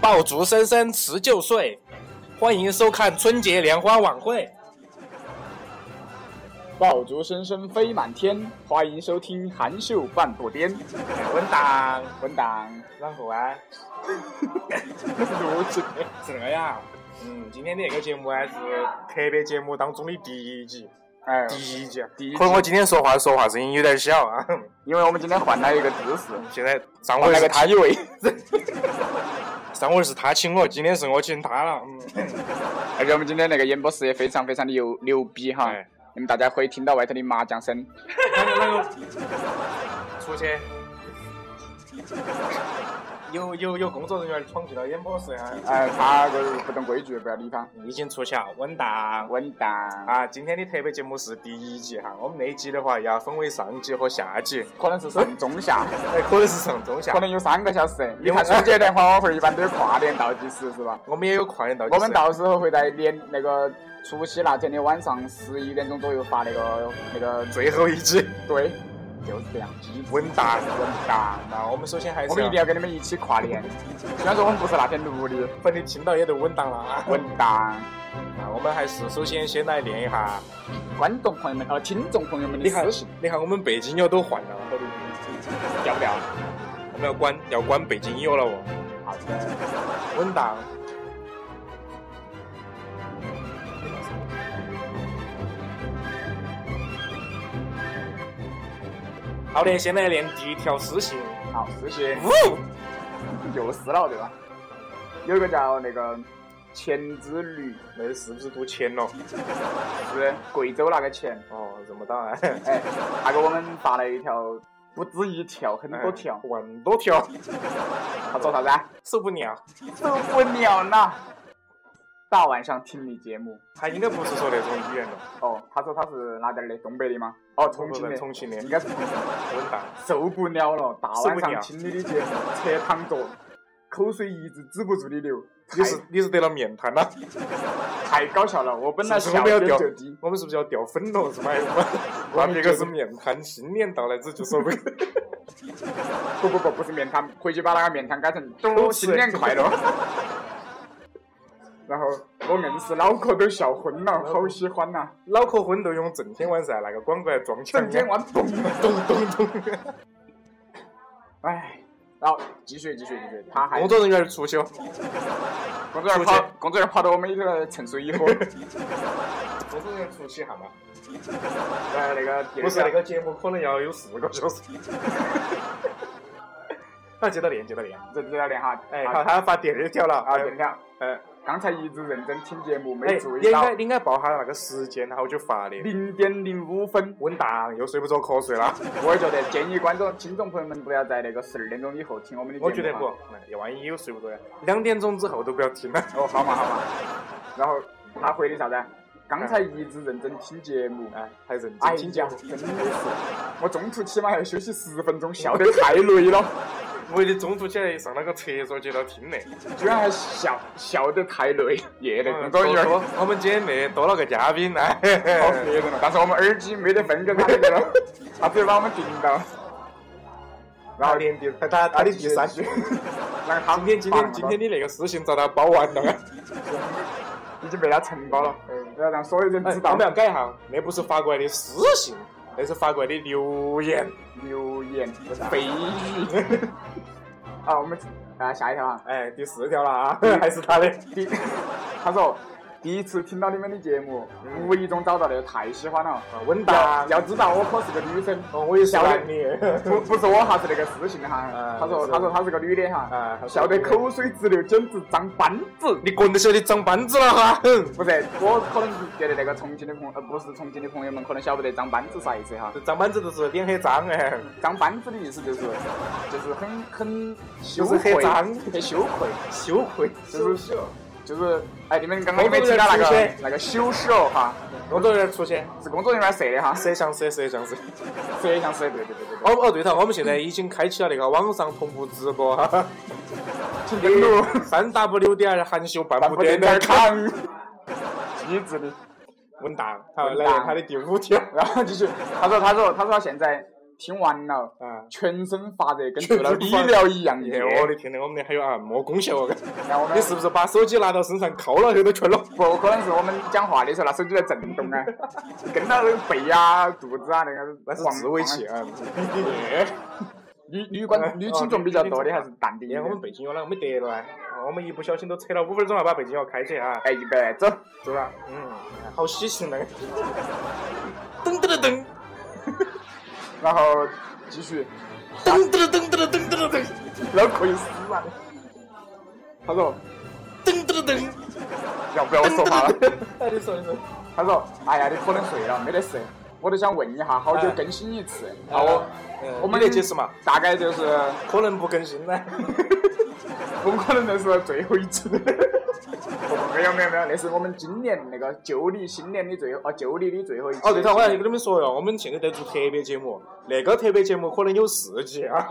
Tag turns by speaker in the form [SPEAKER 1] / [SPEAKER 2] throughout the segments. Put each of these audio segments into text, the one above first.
[SPEAKER 1] 爆竹声声辞旧岁，欢迎收看春节联欢晚会。
[SPEAKER 2] 爆竹声声飞满天，欢迎收听《含羞半步癫》。文档文档，
[SPEAKER 1] 老虎啊，
[SPEAKER 2] 如此
[SPEAKER 1] 怎么样？嗯，今天这个节目还是特别节目当中的第一集，
[SPEAKER 2] 哎，
[SPEAKER 1] 第一集，
[SPEAKER 2] 第一集
[SPEAKER 1] 可能我今天说话说话声音有点小啊，
[SPEAKER 2] 因为我们今天换了一个姿势，
[SPEAKER 1] 现在上
[SPEAKER 2] 换
[SPEAKER 1] 回
[SPEAKER 2] 了
[SPEAKER 1] 是
[SPEAKER 2] 个他以为。
[SPEAKER 1] 上回是他请我，今天是我请他 了。嗯，
[SPEAKER 2] 而且我们今天那个演播室也非常非常的牛牛逼哈
[SPEAKER 1] 哎，
[SPEAKER 2] 你们大家可以听到外头的麻将声。
[SPEAKER 1] 那个那个，出 去。有有有工作人员闯进了演播室啊！
[SPEAKER 2] 哎，他就是不懂规矩，不要理他。
[SPEAKER 1] 嗯已经出去了，稳当。
[SPEAKER 2] 文档，
[SPEAKER 1] 啊，今天的特别节目是第一集哈，我们那一集的话要分为上集和下集，
[SPEAKER 2] 可能是上中下，
[SPEAKER 1] 哎，可能是上中下
[SPEAKER 2] 可，能有三个小时。你
[SPEAKER 1] 因为
[SPEAKER 2] 看春节联欢晚会一般都有跨年倒计时是吧？
[SPEAKER 1] 我们也有快点到，
[SPEAKER 2] 我们到时候会在年那个除夕那天的晚上十一点钟左右发那个那个
[SPEAKER 1] 最后一集
[SPEAKER 2] 对，就是这样，机智
[SPEAKER 1] 稳当。
[SPEAKER 2] 稳当。
[SPEAKER 1] 那我们首先还是
[SPEAKER 2] 我们一定要跟你们一起跨年，虽然说我们不是那天录的，
[SPEAKER 1] 粉的听到也都稳当了啊。
[SPEAKER 2] 稳当。
[SPEAKER 1] 啊，我们还是首先先来念一下，
[SPEAKER 2] 观众朋友们，呃，听众朋友们的
[SPEAKER 1] 你看
[SPEAKER 2] 私信，
[SPEAKER 1] 你看我们背景音乐都换了，啊
[SPEAKER 2] 要不要？
[SPEAKER 1] 我们要关要关背景音乐了哦。
[SPEAKER 2] 好的，
[SPEAKER 1] 稳当。好的，先来念第一条私信。
[SPEAKER 2] 好，私信
[SPEAKER 1] 呜，
[SPEAKER 2] 又是了，对吧？有一个叫那个钱之驴，
[SPEAKER 1] 那是不是赌钱了？
[SPEAKER 2] 是贵州那个钱，
[SPEAKER 1] 哦，认不到啊，很
[SPEAKER 2] 哎，他给我们发了一条，不止一条，很 多条，
[SPEAKER 1] 万哎多条，
[SPEAKER 2] 他说啥子啊？
[SPEAKER 1] 受不了。
[SPEAKER 2] 受不了了！大晚上听你节目
[SPEAKER 1] 他应该不是说那种语言了，
[SPEAKER 2] 哦，他说他是哪点儿的？东北的吗？哦，重庆
[SPEAKER 1] 不
[SPEAKER 2] 的，
[SPEAKER 1] 是重庆的
[SPEAKER 2] 应该是重庆的。
[SPEAKER 1] 稳 当。
[SPEAKER 2] 受不了了，大
[SPEAKER 1] 受
[SPEAKER 2] 晚
[SPEAKER 1] 不了
[SPEAKER 2] 上听你的节目，侧躺着，口水一直止不住的流，
[SPEAKER 1] 你
[SPEAKER 2] 太
[SPEAKER 1] 是你是得了面瘫了？
[SPEAKER 2] 太搞笑了！我本来
[SPEAKER 1] 是不是
[SPEAKER 2] 笑
[SPEAKER 1] 我们要
[SPEAKER 2] 点
[SPEAKER 1] 掉
[SPEAKER 2] 就低，，
[SPEAKER 1] 我们是不是要掉粉了？是吧？ 我们别个是面瘫，新年到来之就说不。
[SPEAKER 2] 不不不，不是面瘫，回去把那个面瘫改成祝新年快乐。 然后我硬是脑壳都笑昏了，好喜欢呐、
[SPEAKER 1] 脑壳昏都用郑天湾噻，那个广告来装起来。
[SPEAKER 2] 整天玩咚
[SPEAKER 1] 咚咚咚。
[SPEAKER 2] 哎，然后继续继续继续，他还
[SPEAKER 1] 工作人员出去，哦
[SPEAKER 2] 工作人员
[SPEAKER 1] 出
[SPEAKER 2] 跑
[SPEAKER 1] 去，
[SPEAKER 2] 工作人员跑到我们一个沉睡一伙，
[SPEAKER 1] 工作人员出去一下嘛。
[SPEAKER 2] 呃，那个第
[SPEAKER 1] 不
[SPEAKER 2] 二
[SPEAKER 1] 是那个节目可能要有四个小 时。那接着练，接着练。
[SPEAKER 2] 这这条链哈，
[SPEAKER 1] 哎，好，
[SPEAKER 2] 好，啊
[SPEAKER 1] 他发第二条了。
[SPEAKER 2] 好，
[SPEAKER 1] 哎
[SPEAKER 2] 等一下，
[SPEAKER 1] 哎，
[SPEAKER 2] 刚才一直认真听节目，
[SPEAKER 1] 哎
[SPEAKER 2] 没注
[SPEAKER 1] 你
[SPEAKER 2] 意
[SPEAKER 1] 应
[SPEAKER 2] 到
[SPEAKER 1] 该你应该报下那个时间，然后就发的。
[SPEAKER 2] 零点零五分，
[SPEAKER 1] 稳当，又睡不着瞌睡了。
[SPEAKER 2] 我觉得建议观众、听众朋友们不要在那个十二点钟以后听我们的节目
[SPEAKER 1] 我
[SPEAKER 2] 哈。
[SPEAKER 1] 觉得不，哎万一有睡不着呀，两点钟之后都不要听了。
[SPEAKER 2] 哦，好嘛好嘛。然后他回的啥子？刚才一直认真听节目，
[SPEAKER 1] 哎，还认
[SPEAKER 2] 哎
[SPEAKER 1] 真听讲
[SPEAKER 2] 呀，，真的是，我中途起码要休息十分钟，笑得太累了，
[SPEAKER 1] 我的中途起来上那个厕所去了听嘞。
[SPEAKER 2] 居然还笑笑得太累，夜
[SPEAKER 1] 嗯
[SPEAKER 2] 的工作人员
[SPEAKER 1] 多多我们今天那多了个嘉宾来。
[SPEAKER 2] 好吓人了。但是我们耳机没得分给他那个 了，他只有把我们盯到。
[SPEAKER 1] 然后连第他他他的第三句，
[SPEAKER 2] 然后他
[SPEAKER 1] 今天今天今天的那个私信遭他包完了。
[SPEAKER 2] 已经被他承包了，不要让所有人
[SPEAKER 1] 哎
[SPEAKER 2] 知
[SPEAKER 1] 我
[SPEAKER 2] 道
[SPEAKER 1] 们。要改一下，那不是发过来的私信，那是发过来的留言。
[SPEAKER 2] 留言蜚语。 啊，我们啊下一条啊，
[SPEAKER 1] 哎，第四条了啊， 还是他的。
[SPEAKER 2] 第他说第一次听到你们的节目，无意中找到的，太喜欢了。
[SPEAKER 1] 啊稳
[SPEAKER 2] 要
[SPEAKER 1] 当，
[SPEAKER 2] 要知道我可是个女生，
[SPEAKER 1] 哦，我也是
[SPEAKER 2] 笑
[SPEAKER 1] 男
[SPEAKER 2] 得
[SPEAKER 1] 的。
[SPEAKER 2] 不不是我哈，是那个私信哈
[SPEAKER 1] 啊。
[SPEAKER 2] 他说
[SPEAKER 1] 是
[SPEAKER 2] 他说他是个女的哈，
[SPEAKER 1] 啊，
[SPEAKER 2] 笑得，口水直流，简直长斑子。
[SPEAKER 1] 你个人都晓得长班子了哈。
[SPEAKER 2] 不是，我可能是觉得那个重庆的朋友，呃，不是重庆的朋友们可能晓不得长斑子啥意思哈。
[SPEAKER 1] 长班子都是脸很脏哎，
[SPEAKER 2] 长斑子的意思就是，就是很很羞
[SPEAKER 1] 就是
[SPEAKER 2] 愧
[SPEAKER 1] 很，脏，
[SPEAKER 2] 很羞愧。
[SPEAKER 1] 羞愧。
[SPEAKER 2] 就是就是，哎，你们刚刚有没有听到那
[SPEAKER 1] 工作人员
[SPEAKER 2] 个
[SPEAKER 1] 出
[SPEAKER 2] 那个羞耻哦哈？
[SPEAKER 1] 工作人员出去，
[SPEAKER 2] 是工作人员设的哈，
[SPEAKER 1] 摄像师，摄像师。
[SPEAKER 2] 摄像师，对对对对
[SPEAKER 1] 哦哦，对头，我们现在已经开启了那个网上同步直播哈哈。
[SPEAKER 2] 对，登录，
[SPEAKER 1] 三 W 点儿含羞半
[SPEAKER 2] 把
[SPEAKER 1] 步
[SPEAKER 2] 不点
[SPEAKER 1] 癫
[SPEAKER 2] 点
[SPEAKER 1] 点卡，
[SPEAKER 2] 扛， 机智的。
[SPEAKER 1] 稳当。好，
[SPEAKER 2] 稳
[SPEAKER 1] 来
[SPEAKER 2] 当
[SPEAKER 1] 念他的第五条。
[SPEAKER 2] 然后继续，他说他说他说他现在听完了，
[SPEAKER 1] 啊，
[SPEAKER 2] 全身发热，跟做了
[SPEAKER 1] 全
[SPEAKER 2] 理
[SPEAKER 1] 身发热
[SPEAKER 2] 疗一样
[SPEAKER 1] 耶
[SPEAKER 2] 热。
[SPEAKER 1] 哎我的天呐，我们的还有按摩功效哦！
[SPEAKER 2] 然后呢
[SPEAKER 1] 你，是不是把手机拿到身上扣了后头去了？
[SPEAKER 2] 不可能是我们讲话的时候拿手机在震动 啊，跟到那个背啊、肚子啊那个
[SPEAKER 1] 那是
[SPEAKER 2] 晃
[SPEAKER 1] 自慰器
[SPEAKER 2] 晃啊。
[SPEAKER 1] 啊！
[SPEAKER 2] 女女观女听众比较多的还是淡定
[SPEAKER 1] 耶，我们
[SPEAKER 2] 的。
[SPEAKER 1] 背景有啷个没得了啊？哦我们一不小心都扯了五分钟了，把背景要开起啊！
[SPEAKER 2] 哎，一百走，
[SPEAKER 1] 走了，嗯，好喜庆那个。噔噔噔
[SPEAKER 2] 然后继续，
[SPEAKER 1] 噔噔噔噔噔噔噔噔
[SPEAKER 2] 脑壳又死了。他说
[SPEAKER 1] 噔噔噔。
[SPEAKER 2] 要不要我说话 了？
[SPEAKER 1] 哎，你说你说。
[SPEAKER 2] 他说：“哎呀，你可能睡了，没得事。我都想问一下，好久更新一次？啊，我
[SPEAKER 1] 嗯
[SPEAKER 2] 我们
[SPEAKER 1] 你来解释嘛，
[SPEAKER 2] 大概就是
[SPEAKER 1] 可能不更新了。 哦
[SPEAKER 2] 我们可能那是最后一次。哦没有没有没有，那是我们今年那个旧历新年的最后哦，旧历的最后一期。
[SPEAKER 1] 哦，对头，我还跟你们说哟，我们现在在做特别节目，那个特别节目可能有四集啊。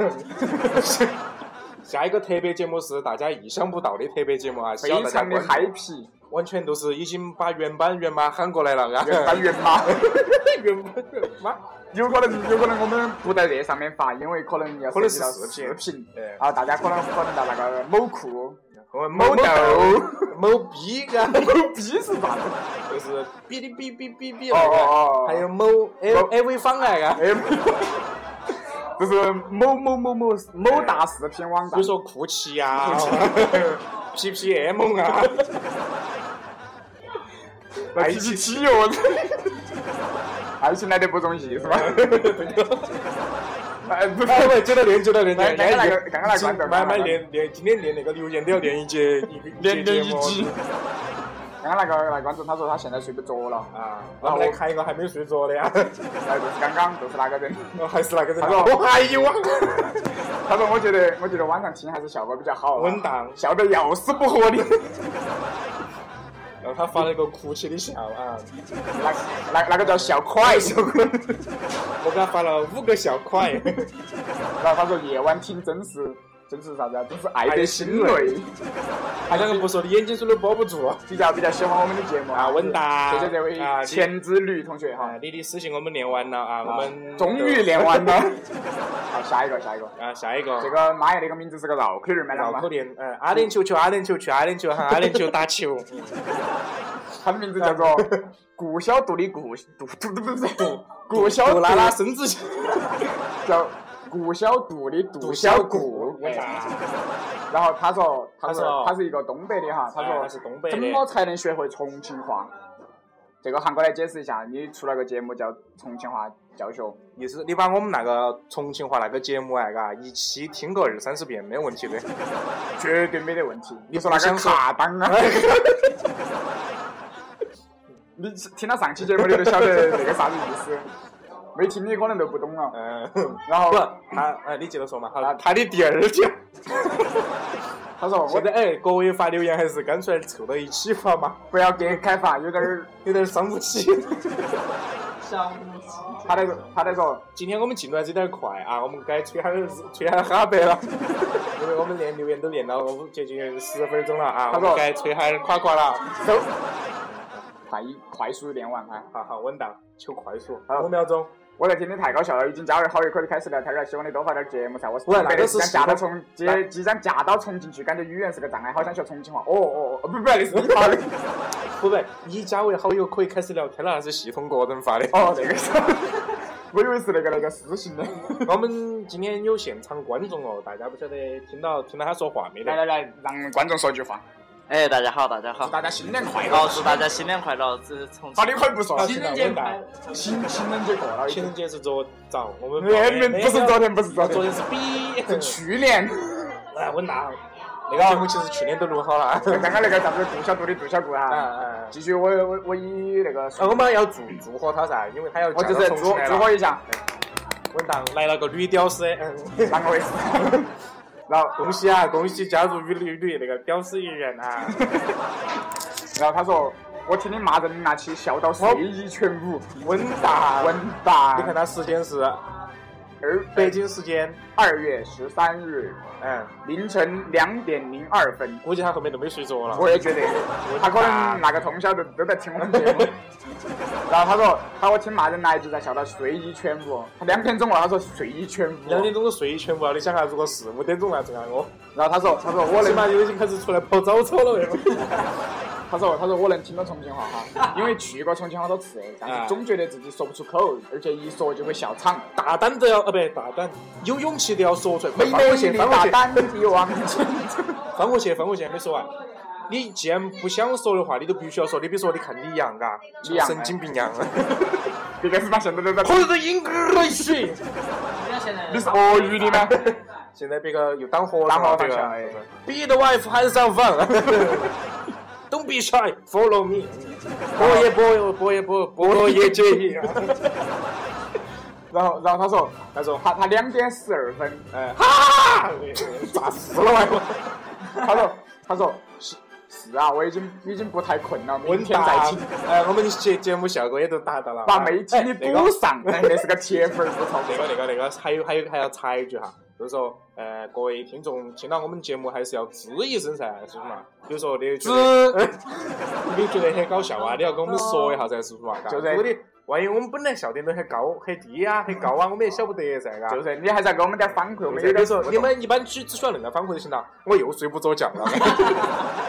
[SPEAKER 1] 下一个特别节目是大家意想不到的特别节目啊，
[SPEAKER 2] 非
[SPEAKER 1] 希望大家
[SPEAKER 2] 常的
[SPEAKER 1] 关注
[SPEAKER 2] happy，
[SPEAKER 1] 完全都是已经把原班原妈喊过来了，啊，
[SPEAKER 2] 原班原妈。
[SPEAKER 1] 原班原妈，
[SPEAKER 2] 有可能有可能我们不在这上面发，因为可能要
[SPEAKER 1] 可能
[SPEAKER 2] 涉
[SPEAKER 1] 是
[SPEAKER 2] 及
[SPEAKER 1] 视
[SPEAKER 2] 到视
[SPEAKER 1] 频
[SPEAKER 2] 频
[SPEAKER 1] 对
[SPEAKER 2] 啊，大家可能可能到那个某库、
[SPEAKER 1] 我们
[SPEAKER 2] 某
[SPEAKER 1] 某
[SPEAKER 2] 豆
[SPEAKER 1] 豆、某逼 啊，
[SPEAKER 2] 某逼是啥子？
[SPEAKER 1] 就是哔哩哔哔哔哔
[SPEAKER 2] 哦
[SPEAKER 1] 那
[SPEAKER 2] 哦 哦，
[SPEAKER 1] 个，还有某 L A V 方案啊，
[SPEAKER 2] 哎， 就是某某某某某大视频网
[SPEAKER 1] 比
[SPEAKER 2] 站
[SPEAKER 1] 如，说酷奇啊 ，P P M 啊，
[SPEAKER 2] 爱情体 哟，爱情来的不容易是吧？ 哎，不
[SPEAKER 1] 哎
[SPEAKER 2] 是，
[SPEAKER 1] 喂，接着练，接着练，
[SPEAKER 2] 来
[SPEAKER 1] 练
[SPEAKER 2] 来
[SPEAKER 1] 练
[SPEAKER 2] 来来来
[SPEAKER 1] 慢慢
[SPEAKER 2] 来
[SPEAKER 1] 练练，今天练那个留言都要练一节，一个
[SPEAKER 2] 连
[SPEAKER 1] 节
[SPEAKER 2] 连一
[SPEAKER 1] 节目
[SPEAKER 2] 集。刚刚那个那观众他说他现在睡不着了，
[SPEAKER 1] 啊！我们来看一个还没睡着的 呀，
[SPEAKER 2] 哎，就是刚刚就是那个人，
[SPEAKER 1] 我还是那个人
[SPEAKER 2] 他说
[SPEAKER 1] 啊， 我还有啊，
[SPEAKER 2] 他说我觉得我觉得晚上听还是效果比较好，啊
[SPEAKER 1] 稳当。
[SPEAKER 2] 笑得要死不活的。
[SPEAKER 1] 然后他发了一个哭泣的笑啊，
[SPEAKER 2] 那那那个叫笑快，笑快。
[SPEAKER 1] 我给他发了五个笑块，
[SPEAKER 2] 然后他说夜晚听真是真是啥子啊？真是爱得心累。
[SPEAKER 1] 他两个不说的眼睛水都包不住 啊！
[SPEAKER 2] 比较比较喜欢我们的节目
[SPEAKER 1] 啊稳当
[SPEAKER 2] 谢谢这位
[SPEAKER 1] 啊
[SPEAKER 2] 前之驴同学哈，
[SPEAKER 1] 你的啊私信我们练完了啊，我们
[SPEAKER 2] 终于练完了。 好，下一个下一个，
[SPEAKER 1] 啊，下一个
[SPEAKER 2] 这个妈呀，这个名字是个绕口令儿嘛，
[SPEAKER 1] 绕
[SPEAKER 2] 那
[SPEAKER 1] 口
[SPEAKER 2] 个
[SPEAKER 1] 令，嗯，阿联酋去阿联酋去阿联酋喊阿联酋打球，
[SPEAKER 2] 他的名字叫做顾小杜的顾杜杜杜杜杜顾小
[SPEAKER 1] 杜
[SPEAKER 2] 杜
[SPEAKER 1] 拉拉伸子 球，
[SPEAKER 2] 叫顾小杜的杜 小顾。
[SPEAKER 1] 稳
[SPEAKER 2] 哎
[SPEAKER 1] 当。
[SPEAKER 2] 然后他说，他
[SPEAKER 1] 他说
[SPEAKER 2] 说他是一个东北的哈，他
[SPEAKER 1] 哎
[SPEAKER 2] 说
[SPEAKER 1] 他是东北的
[SPEAKER 2] 怎么才能学会重庆话？这个韩哥来解释一下，你出了个节目叫《重庆话教学》，
[SPEAKER 1] 意思你把我们那个重庆话那个节目哎，嘎，一期听个二三十遍没问题的。
[SPEAKER 2] 绝对没得问题。你说那
[SPEAKER 1] 想
[SPEAKER 2] 个
[SPEAKER 1] 说
[SPEAKER 2] 卡当啊？你听了上期节目，你就晓得那个啥子意思，没听你可能都不懂了。
[SPEAKER 1] 嗯，
[SPEAKER 2] 然后
[SPEAKER 1] 不，他哎，你接着说嘛。好，
[SPEAKER 2] 啊
[SPEAKER 1] 他的第二条，
[SPEAKER 2] 他 说：“
[SPEAKER 1] 现
[SPEAKER 2] 我
[SPEAKER 1] 在哎，各位发留言还是干脆凑到一起发嘛，
[SPEAKER 2] 不要给开发，有点儿。
[SPEAKER 1] 有点伤不起。
[SPEAKER 2] 他那个，他那个，
[SPEAKER 1] 今天我们进度还是有点快啊，我们该吹哈儿吹哈儿哈白了，因为我们连留言都连到我们接近十分钟了啊，我
[SPEAKER 2] 他说
[SPEAKER 1] 们该吹哈儿夸夸了。
[SPEAKER 2] 走，快快速练完啊！
[SPEAKER 1] 好好稳当，求快速，
[SPEAKER 2] 好
[SPEAKER 1] 五秒钟。
[SPEAKER 2] 我在听你太搞笑了，已经加入好友可以开始聊天了，希望你多发点节目噻。我是
[SPEAKER 1] 不然那个是
[SPEAKER 2] 既然嫁到
[SPEAKER 1] 习
[SPEAKER 2] 重，既既然嫁到重庆去，感觉语言是个障碍，好想学重庆话。哦哦哦，不不，那是你发的。
[SPEAKER 1] 不对，你加为好友可以开始聊天了，还是系统个人发的？
[SPEAKER 2] 哦，那个是，我以为是那个那个私信的。
[SPEAKER 1] 我们今天有现场观众哦，大家不晓得听到听到他说话没
[SPEAKER 2] 来
[SPEAKER 1] 得？
[SPEAKER 2] 来来，让观众说句话，
[SPEAKER 3] 哎，大家好，大家好
[SPEAKER 2] 祝，大家新年快乐
[SPEAKER 3] 好，。祝大家新年快乐！这是从
[SPEAKER 2] 好，你 快不说了。
[SPEAKER 1] 新年节快乐
[SPEAKER 2] 新情人节过了已
[SPEAKER 1] 情
[SPEAKER 2] 经，
[SPEAKER 1] 人节是昨早，我们
[SPEAKER 2] 哎，没不是昨，天，不是昨
[SPEAKER 1] 昨天
[SPEAKER 2] 天，
[SPEAKER 1] 是 B。
[SPEAKER 2] 去年。
[SPEAKER 1] 哎，我拿哎那个节目其实去年都录好 了。
[SPEAKER 2] 刚刚那个啥子杜小杜的杜小顾
[SPEAKER 1] 啊
[SPEAKER 2] 哈，
[SPEAKER 1] 啊！
[SPEAKER 2] 继续我我我以那个，
[SPEAKER 1] 我们要祝祝贺他噻，因为他要
[SPEAKER 2] 我就是祝祝贺一下。
[SPEAKER 1] 文档来了个女屌丝，嗯，
[SPEAKER 2] 啷个回事？然后，
[SPEAKER 1] 恭喜啊，恭喜加入女女女那个屌丝艺人 啊！
[SPEAKER 2] 然后他说：“我听你骂人那期笑到睡意全无，
[SPEAKER 1] 文档，
[SPEAKER 2] 稳当。”
[SPEAKER 1] 你看他时间是
[SPEAKER 2] 二
[SPEAKER 1] 北
[SPEAKER 2] 北京
[SPEAKER 1] 京时间，
[SPEAKER 2] 二月十三日
[SPEAKER 1] 嗯，
[SPEAKER 2] 凌晨两点零二分。
[SPEAKER 1] 估计他后面都没睡着了。
[SPEAKER 2] 我也觉得，他可能
[SPEAKER 1] 大
[SPEAKER 2] 那个通宵都都在听我们节目。然后他说，他我听骂人来就在笑他睡衣全无，他两点钟了，他说睡衣全无，
[SPEAKER 1] 两点钟都睡一全部了，你想下，如果四五点钟来这样我，
[SPEAKER 2] 然后他说，他说我
[SPEAKER 1] 起
[SPEAKER 2] 能
[SPEAKER 1] 码就已经开始出来跑早操了，
[SPEAKER 2] 他说：“他说我能听到重庆话哈，因为去过重庆好多次，但是总觉得自己说不出口，而且一说就会笑场。
[SPEAKER 1] 大胆的要，呃，不对，大胆，有勇气的要说出来，快
[SPEAKER 2] 美
[SPEAKER 1] 翻
[SPEAKER 2] 美
[SPEAKER 1] 过去，
[SPEAKER 2] 的
[SPEAKER 1] 翻
[SPEAKER 2] 大
[SPEAKER 1] 过去，
[SPEAKER 2] 胆的王 子，
[SPEAKER 1] 翻过去，翻过去，还没说完。你既然不想说的话，你都必须要说。你比如说，你看李阳啊，
[SPEAKER 2] 李阳
[SPEAKER 1] 神经病样，
[SPEAKER 2] 别个是把现在都在。
[SPEAKER 1] 或者 English，
[SPEAKER 2] 你是俄语的吗？
[SPEAKER 1] 现在别个又当和
[SPEAKER 2] 当
[SPEAKER 1] 尚了，
[SPEAKER 2] 和
[SPEAKER 1] 别
[SPEAKER 2] 尚哎
[SPEAKER 1] 个。Be the wife，喊上房。Don't be shy，follow me。波耶波耶波耶波波耶姐 耶。
[SPEAKER 2] 然后，然后他说，
[SPEAKER 1] 他说
[SPEAKER 2] 他他两点十二分，
[SPEAKER 1] 哎，哈，咋死了我？
[SPEAKER 2] 他说，他说是是啊，我已经已经不太困了，明
[SPEAKER 1] 问
[SPEAKER 2] 天再
[SPEAKER 1] 答
[SPEAKER 2] 听。，
[SPEAKER 1] 哎，我们节节目效果也都达到了，
[SPEAKER 2] 把没听
[SPEAKER 1] 哎
[SPEAKER 2] 的
[SPEAKER 1] 那个
[SPEAKER 2] 补上，哎，那是个铁粉儿，不 错。
[SPEAKER 1] 那个那个那个，还有还有还要插一句哈，就是说，呃，各位听众听到我们节目还是要吱一声噻，是不是嘛？比如说你觉得，你觉得很搞笑啊，你要跟我们说一下噻，是不是嘛？嘎
[SPEAKER 2] 就是
[SPEAKER 1] 如果你万一我们本来笑点都很高、很低啊、很高啊，我们也晓不得噻，嘎。
[SPEAKER 2] 就是你还是要给我们点反馈，我们
[SPEAKER 1] 比
[SPEAKER 2] 有
[SPEAKER 1] 如
[SPEAKER 2] 点
[SPEAKER 1] 说，
[SPEAKER 2] 互
[SPEAKER 1] 你
[SPEAKER 2] 动
[SPEAKER 1] 们一般只只需要恁个反馈就行了。我又睡不着觉了，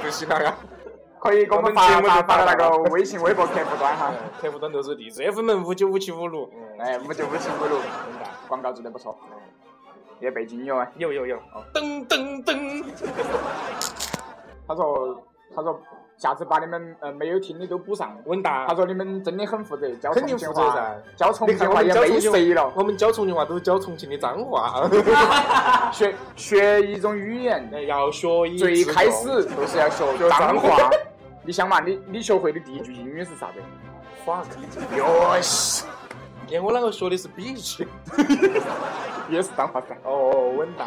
[SPEAKER 1] 就行了呀。
[SPEAKER 2] 可以给我们
[SPEAKER 1] 我
[SPEAKER 2] 发
[SPEAKER 1] 们节目
[SPEAKER 2] 发
[SPEAKER 1] 就
[SPEAKER 2] 发到那
[SPEAKER 1] 到
[SPEAKER 2] 个
[SPEAKER 1] 了
[SPEAKER 2] 微信、微博客户端 哈。
[SPEAKER 1] 客户端都是地址 F 门五九五七五六，嗯，
[SPEAKER 2] 哎，五九五七五六，
[SPEAKER 1] 真的，
[SPEAKER 2] 广告做得不错，也背景有啊。
[SPEAKER 1] 有有有，噔噔噔。
[SPEAKER 2] 他说，他说下次把你们呃没有听的都补上。
[SPEAKER 1] 稳当
[SPEAKER 2] 他说你们真的很负责，教
[SPEAKER 1] 肯
[SPEAKER 2] 重
[SPEAKER 1] 定
[SPEAKER 2] 庆
[SPEAKER 1] 负责
[SPEAKER 2] 话
[SPEAKER 1] 噻，
[SPEAKER 2] 教重
[SPEAKER 1] 你
[SPEAKER 2] 庆
[SPEAKER 1] 看我
[SPEAKER 2] 话
[SPEAKER 1] 们
[SPEAKER 2] 也
[SPEAKER 1] 教
[SPEAKER 2] 没
[SPEAKER 1] 重庆
[SPEAKER 2] 谁了，
[SPEAKER 1] 我们教重庆话都教重庆的脏 话，
[SPEAKER 2] 学学一种语言，
[SPEAKER 1] 要学以
[SPEAKER 2] 最
[SPEAKER 1] 致
[SPEAKER 2] 开
[SPEAKER 1] 用
[SPEAKER 2] 始都是要学脏
[SPEAKER 1] 脏话
[SPEAKER 2] 话。 你想嘛，你你学会的第一句英语是啥子？
[SPEAKER 1] fuck，
[SPEAKER 2] 哟西，
[SPEAKER 1] 连我啷个学的是 bitch，
[SPEAKER 2] 也是脏话噻。
[SPEAKER 1] 哦，稳当。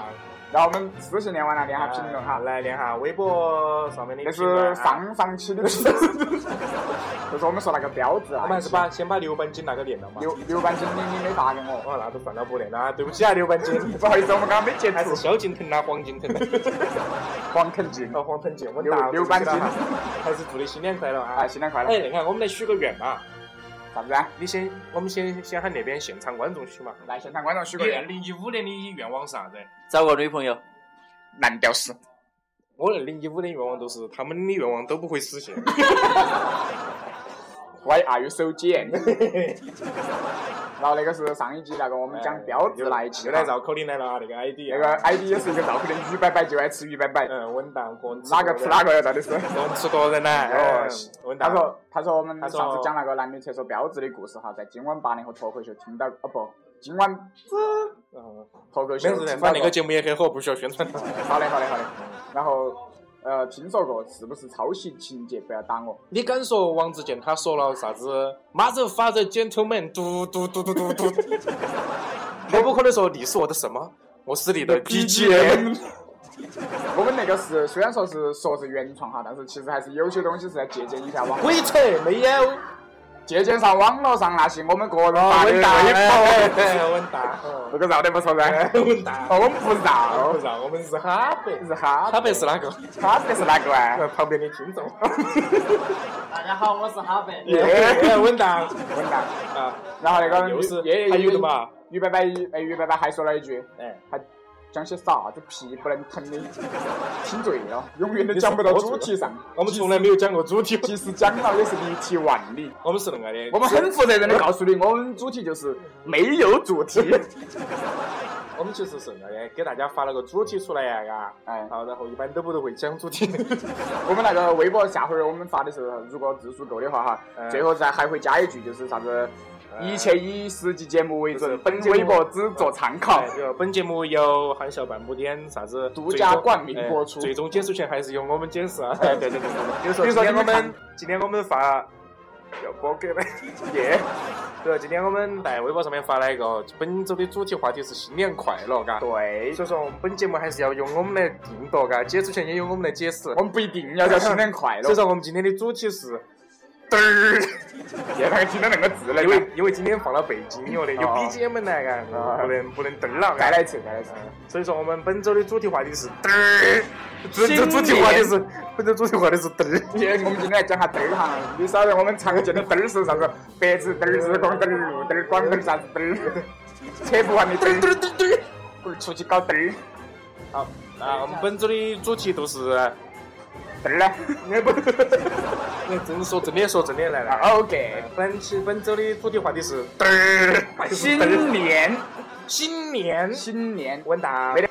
[SPEAKER 2] 然后我们私信连完了，连下啊评论哈。
[SPEAKER 1] 来连下微博上面的
[SPEAKER 2] 那
[SPEAKER 1] 评论
[SPEAKER 2] 是
[SPEAKER 1] 啊。
[SPEAKER 2] 上上期的评论， 就是我们说那个标志啊。
[SPEAKER 1] 我们还是把先把刘半斤那个练了嘛。
[SPEAKER 2] 刘刘半斤，你你没发给我，
[SPEAKER 1] 哦，那都算了，不练了，对不起啊，刘半斤。
[SPEAKER 2] 不好意思，我们刚刚没接
[SPEAKER 1] 还是
[SPEAKER 2] 触。
[SPEAKER 1] 萧敬腾啊，黄敬 腾啊，
[SPEAKER 2] 黄肯进，
[SPEAKER 1] 哦，黄腾进，稳
[SPEAKER 2] 刘
[SPEAKER 1] 当。
[SPEAKER 2] 刘半斤
[SPEAKER 1] 对不起 了哈还是祝你新年快乐
[SPEAKER 2] 啊，
[SPEAKER 1] 啊！
[SPEAKER 2] 新年快
[SPEAKER 1] 哎，
[SPEAKER 2] 乐！
[SPEAKER 1] 你看，我们来许个愿嘛。
[SPEAKER 2] 啥子啊？
[SPEAKER 1] 你先，我们先先喊那边现场观众许嘛。
[SPEAKER 2] 来，现场观众许
[SPEAKER 1] 许
[SPEAKER 2] 个
[SPEAKER 1] 二
[SPEAKER 2] 愿，
[SPEAKER 1] 零一五年的愿望是啥子？
[SPEAKER 3] 找个女朋友，
[SPEAKER 2] 男屌丝，
[SPEAKER 1] 我二零一五年愿望都是他们的愿望都不会实现。
[SPEAKER 2] 我也爱有手贱。 然后那个是上一集那个我们 讲标
[SPEAKER 1] 哎
[SPEAKER 2] 志那一期
[SPEAKER 1] 又
[SPEAKER 2] 哈，
[SPEAKER 1] 来绕口令来了啊！那个 ID
[SPEAKER 2] 那
[SPEAKER 1] 啊
[SPEAKER 2] 个 ID 也是一个绕口令，鱼摆摆就爱吃鱼摆摆，
[SPEAKER 1] 嗯，稳当个人吃
[SPEAKER 2] 哪个吃哪
[SPEAKER 1] 个
[SPEAKER 2] 个呀？到底是？
[SPEAKER 1] 人，个人吃个人呢？哎稳
[SPEAKER 2] 他
[SPEAKER 1] 当。
[SPEAKER 2] 说他说我们
[SPEAKER 1] 他说
[SPEAKER 2] 上次讲那个男女厕所标志的故事哈，在今晚八零后脱口秀听到哦不，今晚
[SPEAKER 1] 嗯，
[SPEAKER 2] 脱口秀
[SPEAKER 1] 没事的，
[SPEAKER 2] 听
[SPEAKER 1] 反正
[SPEAKER 2] 到
[SPEAKER 1] 那
[SPEAKER 2] 过
[SPEAKER 1] 个节目也很火，不需要宣传。
[SPEAKER 2] 好嘞好嘞好嘞。然后呃听说过是不是抄袭情节？不要打我。
[SPEAKER 1] 你敢说王自健他说了啥子？Mother, father, gentleman，嘟嘟嘟嘟嘟 嘟。我不可能说你是我的什么，我是你的 BGM。
[SPEAKER 2] 我们那个是虽然说是说是原创哈，但是其实还是有些东西是在借鉴一下网，
[SPEAKER 1] 鬼扯，没有。
[SPEAKER 2] 借鉴上网络上那些我们个人发的
[SPEAKER 1] 哎
[SPEAKER 2] 微博，
[SPEAKER 1] 哎 稳当，
[SPEAKER 2] 这个绕得不错噻。
[SPEAKER 1] 哎稳当。
[SPEAKER 2] 哦，我们不绕
[SPEAKER 1] 不，让我们是哈白，
[SPEAKER 2] 是哈，
[SPEAKER 1] 哈白是哪个？
[SPEAKER 2] 哈白是哪个啊？
[SPEAKER 1] 旁边的听众。
[SPEAKER 3] 大家好，我是哈白。
[SPEAKER 1] 耶，稳当
[SPEAKER 2] 稳当。
[SPEAKER 1] 啊！
[SPEAKER 2] 然后那个
[SPEAKER 1] 又是
[SPEAKER 2] 也
[SPEAKER 1] 还
[SPEAKER 2] 也
[SPEAKER 1] 有的？嘛？
[SPEAKER 2] 于伯伯哎，于伯伯还说了一句，
[SPEAKER 1] 哎，
[SPEAKER 2] 他讲些啥子屁不能 疼的，听醉了，永远都讲不到主题上。
[SPEAKER 1] 我们从来没有讲过主题，
[SPEAKER 2] 即使讲了也是离题万里。
[SPEAKER 1] 我们是恁个的。
[SPEAKER 2] 我们很负责任的告诉你，我们主题就是没有主 题。
[SPEAKER 1] 我们其实是恁个的，给大家发了个主题出来呀，嘎。
[SPEAKER 2] 哎，
[SPEAKER 1] 好，然后一般都不都会讲主题。
[SPEAKER 2] 我们那个微博下回我们发的时候，如果字数够的话哈，
[SPEAKER 1] 嗯
[SPEAKER 2] 最后再还会加一句，就是啥子
[SPEAKER 1] 嗯
[SPEAKER 2] 一切以实际节目为准，
[SPEAKER 1] 不是本
[SPEAKER 2] 本
[SPEAKER 1] 节目
[SPEAKER 2] 微博只做参考
[SPEAKER 1] 哎，。就本节目由韩笑半步颠啥子
[SPEAKER 2] 独家冠名播出
[SPEAKER 1] 哎最终解释权还是由我们解释啊。
[SPEAKER 2] 哎，对对对对 对，
[SPEAKER 1] 比如说
[SPEAKER 2] 比
[SPEAKER 1] 今
[SPEAKER 2] 如说
[SPEAKER 1] 天
[SPEAKER 2] 你
[SPEAKER 1] 我
[SPEAKER 2] 们
[SPEAKER 1] 们
[SPEAKER 2] 看
[SPEAKER 1] 今天我们发要播给了 耶。对，今天我们在微博上面发了一个本周的主题话题是新年快乐，嘎。
[SPEAKER 2] 对，
[SPEAKER 1] 所以说，我们本节目还是要由我们来定夺，嘎，解释权也由我们来 解释。
[SPEAKER 2] 我们不一定要叫新年快乐
[SPEAKER 1] 所以。说，我们今天的主题是
[SPEAKER 2] 嘚儿，
[SPEAKER 1] 也
[SPEAKER 2] 那个听到那个字了，
[SPEAKER 1] 因为因为今天放了背景音乐的， 有
[SPEAKER 2] 哦
[SPEAKER 1] BGM 来啊，
[SPEAKER 2] 哦
[SPEAKER 1] 不能不能嘚儿了。
[SPEAKER 2] 该
[SPEAKER 1] 啊
[SPEAKER 2] 来吃该来吃。
[SPEAKER 1] 所以说我们本周的主题话题是嘚儿，主
[SPEAKER 2] 新年
[SPEAKER 1] 主主题话题是本周主题话题是嘚儿。
[SPEAKER 2] 今天我们今天来讲下嘚儿哈，你晓得我们常见的嘚儿是啥子？白纸嘚儿、日光嘚儿、路嘚儿、光嘚儿啥子嘚儿？扯不完的嘚儿，
[SPEAKER 1] 嘚嘚。
[SPEAKER 2] 滚出去搞嘚儿，
[SPEAKER 1] 好，那我们本周的主题都是，呃
[SPEAKER 2] 嘚儿呢？
[SPEAKER 1] 哎不，真说正脸说正脸来了。
[SPEAKER 2] 啊，OK，
[SPEAKER 1] 本期本周的主题话题是嘚儿，还是嘚
[SPEAKER 2] 新
[SPEAKER 1] 儿
[SPEAKER 2] 年，
[SPEAKER 1] 新年
[SPEAKER 2] 新年，
[SPEAKER 1] 问答
[SPEAKER 2] 没得